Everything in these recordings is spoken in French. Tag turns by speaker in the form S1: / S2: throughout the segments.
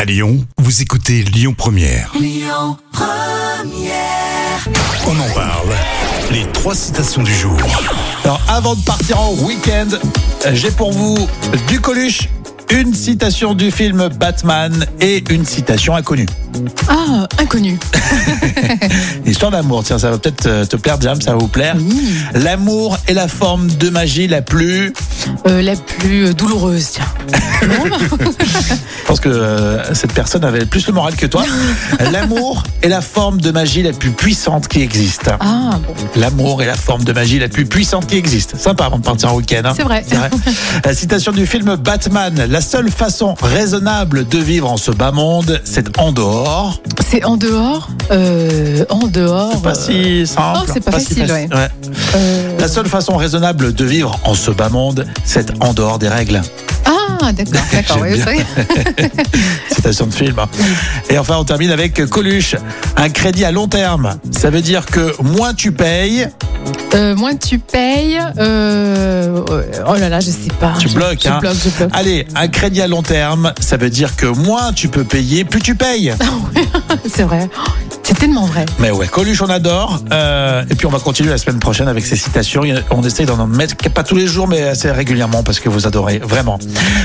S1: À Lyon, vous écoutez Lyon Première. On en parle. Les trois citations du jour.
S2: Alors, avant de partir en week-end, j'ai pour vous du Coluche, une citation du film Batman et une citation inconnue.
S3: Ah, inconnu.
S2: Histoire d'amour, tiens, ça va peut-être euh, te plaire, Jam, ça va vous plaire. L'amour est la forme de magie la plus.
S3: Euh, la plus euh, douloureuse, tiens.
S2: Je pense que euh, cette personne avait plus le moral que toi. L'amour est la forme de magie la plus puissante qui existe.
S3: Ah, bon.
S2: L'amour est la forme de magie la plus puissante qui existe. Sympa avant de partir en week-end. hein.
S3: C'est vrai.
S2: La citation du film Batman La seule façon raisonnable de vivre en ce bas monde, c'est en dehors.
S3: C'est en dehors. euh, en dehors.
S2: Pas
S3: euh,
S2: si simple.
S3: non, c'est pas
S2: si
S3: facile,
S2: faci-
S3: ouais.
S2: ouais.
S3: euh,
S2: La seule façon raisonnable de vivre en ce bas monde, c'est en dehors des règles.
S3: Ah, d'accord, d'accord.
S2: J'aime
S3: ouais,
S2: bien.
S3: ça y est.
S2: Citation de film. hein. Et enfin, on termine avec Coluche. Un crédit à long terme, ça veut dire que moins tu payes,
S3: Euh, moins tu payes. euh, oh là là, je sais pas.
S2: Tu
S3: Je-
S2: bloques,
S3: Je
S2: hein.
S3: bloque, je bloque.
S2: allez, un crédit à long terme, ça veut dire que moins tu peux payer, plus tu payes.
S3: C'est vrai. Oh, C'est tellement vrai.
S2: Mais ouais, Coluche, on adore. Euh, et puis on va continuer la semaine prochaine avec ces citations. Il y en a- On essaye d'en mettre pas tous les jours, mais assez régulièrement parce que vous adorez, vraiment.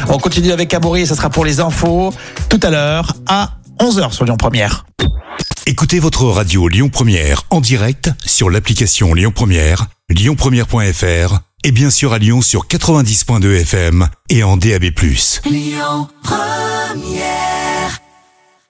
S2: On continue avec Amaury et ça sera pour les infos tout à l'heure à 11h sur Lyon Première.
S1: Écoutez votre radio Lyon Première en direct sur l'application Lyon Première, lyonpremière.fr et bien sûr à Lyon sur 90.2 FM et en DAB+.